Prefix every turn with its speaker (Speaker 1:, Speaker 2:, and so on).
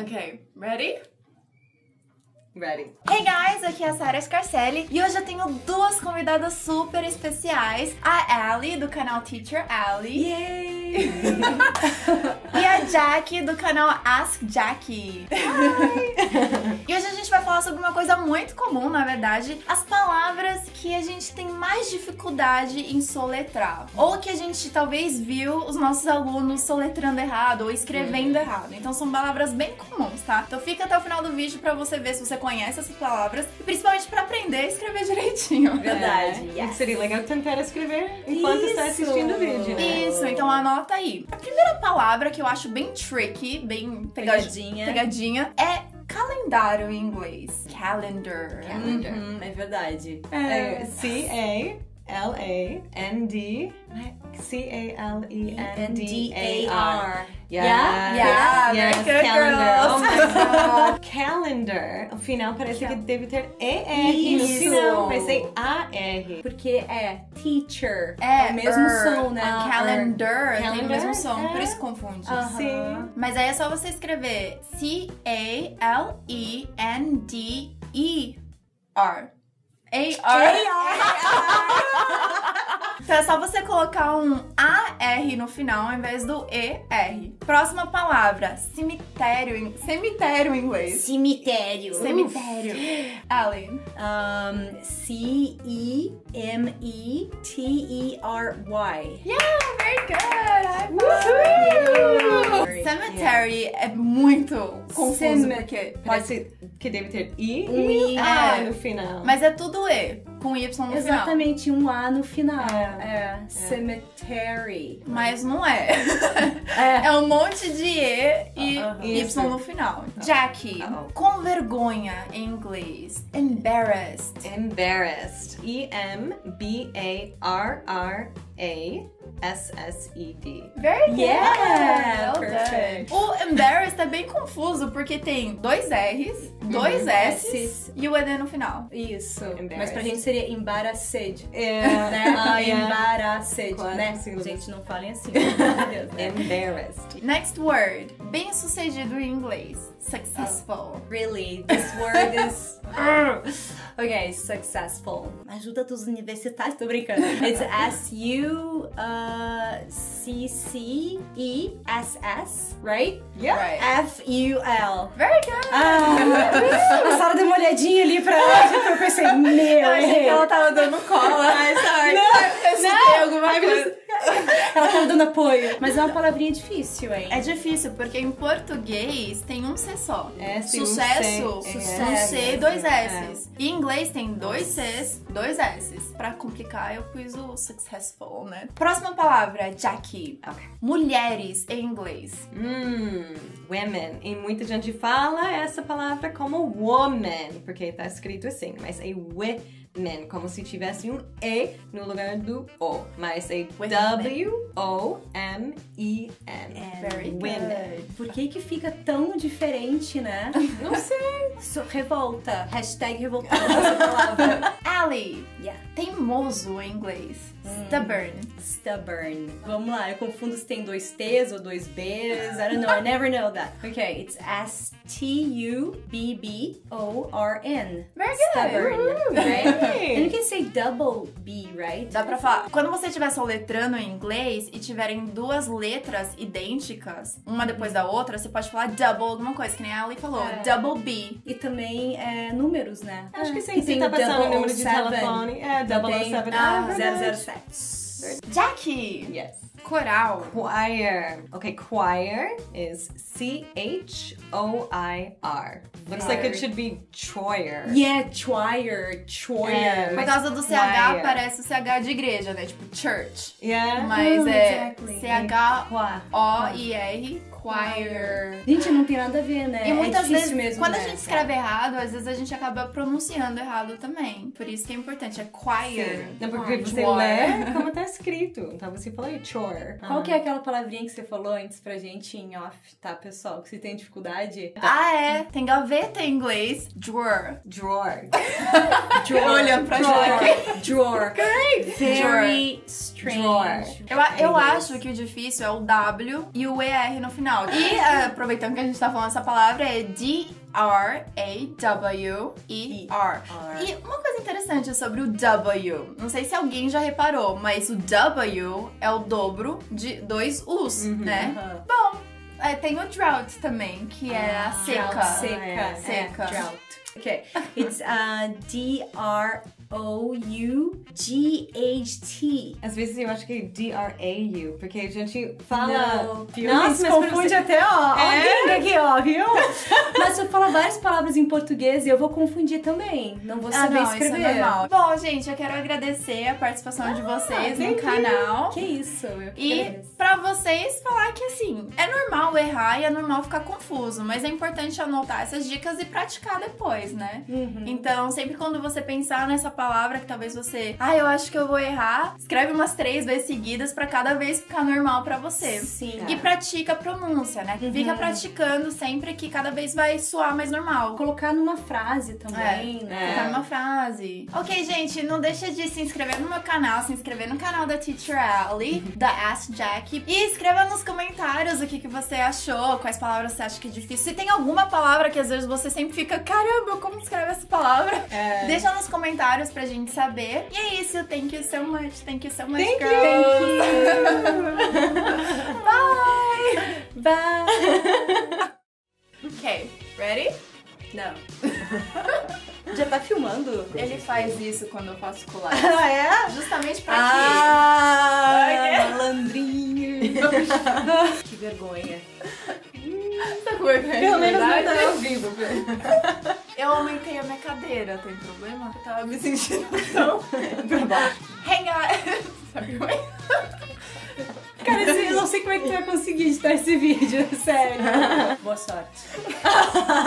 Speaker 1: Okay, ready?
Speaker 2: Ready.
Speaker 1: Hey guys, aqui é a Sara Scarcelli e hoje eu tenho duas convidadas super especiais: a Ali do canal Teacher Ali
Speaker 2: Yay!
Speaker 1: e a Jack do canal Ask Jackie. e hoje a gente vai falar sobre uma coisa muito comum, na verdade, as palavras que a gente tem mais dificuldade em soletrar, ou que a gente talvez viu os nossos alunos soletrando errado ou escrevendo errado. Então são palavras bem comuns, tá? Então fica até o final do vídeo pra você ver se você conhece essas palavras e principalmente pra aprender a escrever direitinho.
Speaker 2: Verdade.
Speaker 3: Yes.
Speaker 2: E É. que Seria legal tentar escrever enquanto está
Speaker 3: Isso.
Speaker 2: assistindo o vídeo, né?
Speaker 1: Isso, então anota aí. A primeira palavra que eu acho bem tricky, bem pegadinha.
Speaker 3: Pegadinha.
Speaker 1: pegadinha é calendário em inglês. Calendar.
Speaker 3: Calendar. É verdade.
Speaker 2: É C-A-L-A-N-D. C-A-L-E-N-D-A-R.
Speaker 3: Yeah?
Speaker 1: Yeah,
Speaker 2: yes,
Speaker 1: very good,
Speaker 2: calendar.
Speaker 1: girls.
Speaker 2: Oh my god. calendar. O final parece que deve ter ER no
Speaker 3: Isso.
Speaker 2: final. Pensei AR.
Speaker 3: Porque é teacher.
Speaker 1: É,
Speaker 3: o mesmo
Speaker 1: er,
Speaker 3: som, né?
Speaker 1: a
Speaker 3: Er.
Speaker 1: calendar, tem o
Speaker 2: Calendar,
Speaker 1: mesmo som,
Speaker 2: é.
Speaker 1: por isso confunde.
Speaker 3: Aham.
Speaker 2: Sim.
Speaker 1: Mas aí é só você escrever C-A-L-E-N-D-E-R. A-R. Então é só você colocar um AR no final ao invés do ER. Próxima palavra: cemitério em, cemitério em inglês.
Speaker 3: Cemitério.
Speaker 1: Cemitério. Ellen.
Speaker 3: Um, C-E-M-E-T-E-R-Y.
Speaker 1: Very good! High five! Cemetery é muito confuso
Speaker 2: Cem-
Speaker 1: porque.
Speaker 2: Parece que deve ter I
Speaker 3: Um I.
Speaker 2: A
Speaker 1: É.
Speaker 2: no final.
Speaker 1: Mas é tudo E, com Y no final.
Speaker 3: Exatamente, um A no final.
Speaker 2: É.
Speaker 3: É. Cemetery.
Speaker 1: Mas não é.
Speaker 3: É.
Speaker 1: É um monte de E e
Speaker 2: Aham. Isso.
Speaker 1: Y no final. então. Tá Jackie,
Speaker 2: Aham.
Speaker 1: com vergonha em inglês. Embarrassed.
Speaker 2: Embarrassed. E-M-B-A-R-R-A-S-S-E-D.
Speaker 1: Very good!
Speaker 3: Yeah,
Speaker 1: Well done.
Speaker 3: perfect.
Speaker 1: O embarrassed é bem confuso porque tem dois R's, dois S's
Speaker 3: S's.
Speaker 1: e o ED no final.
Speaker 3: Isso.
Speaker 2: Embarrassed.
Speaker 3: Mas pra gente seria embaraced.
Speaker 2: É.
Speaker 3: Né?
Speaker 2: Ah, yeah.
Speaker 3: Embaraced,
Speaker 2: Quatro
Speaker 3: né?
Speaker 2: sílabas.
Speaker 3: Gente, não falem assim, pelo amor de Deus, né?
Speaker 2: Embarrassed.
Speaker 1: Next word. Bem sucedido em inglês. Successful.
Speaker 3: Really, this word is. okay, successful. Ajuda dos universitários, tô brincando. It's S U uh, C C E S S, right?
Speaker 2: Yeah.
Speaker 1: Right.
Speaker 3: F U L.
Speaker 1: Very good.
Speaker 3: Ah, a Sara deu uma olhadinha ali pra ela, tipo, eu pensei, meu,
Speaker 1: Eu achei que
Speaker 3: errei.
Speaker 1: ela tava dando cola. Ai, sorry. Não, eu citei alguma coisa.
Speaker 3: Ela tá dando apoio. Mas é uma palavrinha difícil, hein?
Speaker 1: É difícil, porque em português tem um C só.
Speaker 2: É, sim, um
Speaker 1: Sucesso,
Speaker 2: C, é.
Speaker 1: um C e dois
Speaker 2: É.
Speaker 1: S's. E em inglês tem dois Cs, dois S's. Pra complicar, eu pus o successful, né? Próxima palavra, Jackie. Mulheres em inglês.
Speaker 2: Hum, women. E muita gente fala essa palavra como woman, porque tá escrito assim, mas é women, como se tivesse um E no lugar do O. Mas é
Speaker 1: Women.
Speaker 2: W-O-M-E-N.
Speaker 1: Very
Speaker 2: É, women.
Speaker 1: good.
Speaker 3: Por que que fica tão diferente, né?
Speaker 2: É. Não sei.
Speaker 3: So, revolta. Hashtag revoltada essa palavra.
Speaker 1: Ally.
Speaker 3: Yeah.
Speaker 1: Teimoso em inglês.
Speaker 2: Hum.
Speaker 1: Stubborn.
Speaker 3: Stubborn. Vamos lá, eu confundo se tem dois T's ou dois B's. I don't know, I never know that. Okay, it's S-T-U-B-B-O-R-N.
Speaker 1: Very good.
Speaker 3: Stubborn.
Speaker 2: Great.
Speaker 3: And you can say double B, right?
Speaker 1: Dá pra falar. Quando você estiver soletrando em inglês e tiverem duas letras idênticas, uma depois da outra, você pode falar double alguma coisa, que nem a Ali falou.
Speaker 3: É.
Speaker 1: Double B.
Speaker 3: E também é, números, né?
Speaker 2: Acho que sim,
Speaker 3: Que
Speaker 2: você
Speaker 3: tem
Speaker 2: tá passando o
Speaker 3: 007.
Speaker 2: número de telefone. É, 007.
Speaker 1: Ah,
Speaker 2: verdade.
Speaker 3: 007.
Speaker 1: Jackie!
Speaker 2: Yes.
Speaker 1: Coral.
Speaker 2: Choir. Okay, choir is C H O I R. Looks like
Speaker 1: Choir.
Speaker 2: it should be choir.
Speaker 3: Yeah, é choir, choir.
Speaker 2: É,
Speaker 1: Por
Speaker 2: mas-
Speaker 1: causa do CH,
Speaker 2: choir.
Speaker 1: parece o CH de igreja, né? Tipo church.
Speaker 2: Yeah.
Speaker 1: Mas
Speaker 3: Ah,
Speaker 1: é
Speaker 3: exactly.
Speaker 1: C-H-O-I-R, choir.
Speaker 3: Gente, não tem nada a ver, né?
Speaker 1: É. E muitas
Speaker 3: é
Speaker 1: vezes,
Speaker 3: difícil mesmo,
Speaker 1: quando
Speaker 3: né?
Speaker 1: a gente escreve errado, às vezes a gente acaba pronunciando errado também. Por isso que é importante, é choir.
Speaker 2: Não, porque você
Speaker 1: Choir.
Speaker 2: lê como tá escrito. Então você fala aí, chore.
Speaker 1: Ah.
Speaker 3: Qual que é aquela palavrinha que você falou antes pra gente em off, tá, pessoal? Que se tem dificuldade?
Speaker 1: Ah, é. Tem gaveta em inglês. Drawer.
Speaker 2: Ah, Drawer.
Speaker 1: Olhando pra
Speaker 3: drawer. drawer.
Speaker 1: Drawer.
Speaker 3: Very strange.
Speaker 2: Drawer.
Speaker 1: Eu, eu acho que o difícil é o W e o ER no final. out. E ah, aproveitando que a gente tá falando essa palavra, é D-R-A-W-E-R. E uma coisa interessante sobre o W. Não sei se alguém já reparou, mas o W é o dobro de dois U's, né?
Speaker 3: Aham. Ah,
Speaker 1: Bom, é, tem o drought também, que é a seca.
Speaker 3: Drought, seca.
Speaker 1: Seca.
Speaker 3: É, drought. Okay. It's uh, D R O U G H T.
Speaker 2: Às vezes eu acho que é D-R-A-U, porque a gente fala.
Speaker 3: Não.
Speaker 2: Nossa, mas pra você-
Speaker 3: até, ó.
Speaker 2: É?
Speaker 3: Alguém aqui, ó, viu? mas eu falo várias palavras em português e eu vou confundir também. Não vou
Speaker 1: Ah,
Speaker 3: saber
Speaker 1: não,
Speaker 3: escrever.
Speaker 1: isso é normal. Bom, gente, eu quero agradecer a participação de vocês no
Speaker 3: thank you.
Speaker 1: canal.
Speaker 3: Que isso? Eu que
Speaker 1: E
Speaker 3: agradeço.
Speaker 1: pra vocês falar que assim, é normal errar e é normal ficar confuso, mas é importante anotar essas dicas e praticar depois, né?
Speaker 3: Uhum.
Speaker 1: Então, sempre quando você pensar nessa palavra que talvez você, ah, eu acho que eu vou errar, escreve umas três vezes seguidas pra cada vez ficar normal pra você.
Speaker 3: Sim.
Speaker 1: E pratica a pronúncia, né? Fica praticando sempre que cada vez vai soar mais normal.
Speaker 3: Tá. Colocar numa frase também,
Speaker 1: É,
Speaker 3: né?
Speaker 1: Tá numa frase. Ok, gente, não deixa de se inscrever no meu canal, se inscrever no canal da Teacher Ally,
Speaker 2: Uhum.
Speaker 1: da Ask Jack. E escreva nos comentários o que, que você achou, quais palavras você acha que é difícil. Se tem alguma palavra que às vezes você sempre fica, caramba, como escreve essa palavra?
Speaker 2: É.
Speaker 1: Deixa nos comentários pra gente saber. E é isso, thank you so much, thank you so much,
Speaker 2: Thank you.
Speaker 1: girls.
Speaker 3: Bye.
Speaker 1: Ok, ready?
Speaker 3: Não.
Speaker 1: é.
Speaker 3: Já tá filmando?
Speaker 1: Ele faz isso quando eu faço colar.
Speaker 3: Ah, é?
Speaker 1: Justamente pra quê?
Speaker 2: Ah,
Speaker 1: Pra
Speaker 2: malandrinho.
Speaker 3: Que vergonha.
Speaker 1: Tá com vergonha,
Speaker 2: Pelo menos não
Speaker 1: verdade?
Speaker 2: tá ao vivo.
Speaker 1: Eu aumentei a minha cadeira, tem problema? Eu tava me sentindo tão. Hang on! Sabe como é?
Speaker 3: Cara, esse- eu não sei como é que tu vai conseguir editar esse vídeo, sério. Boa sorte.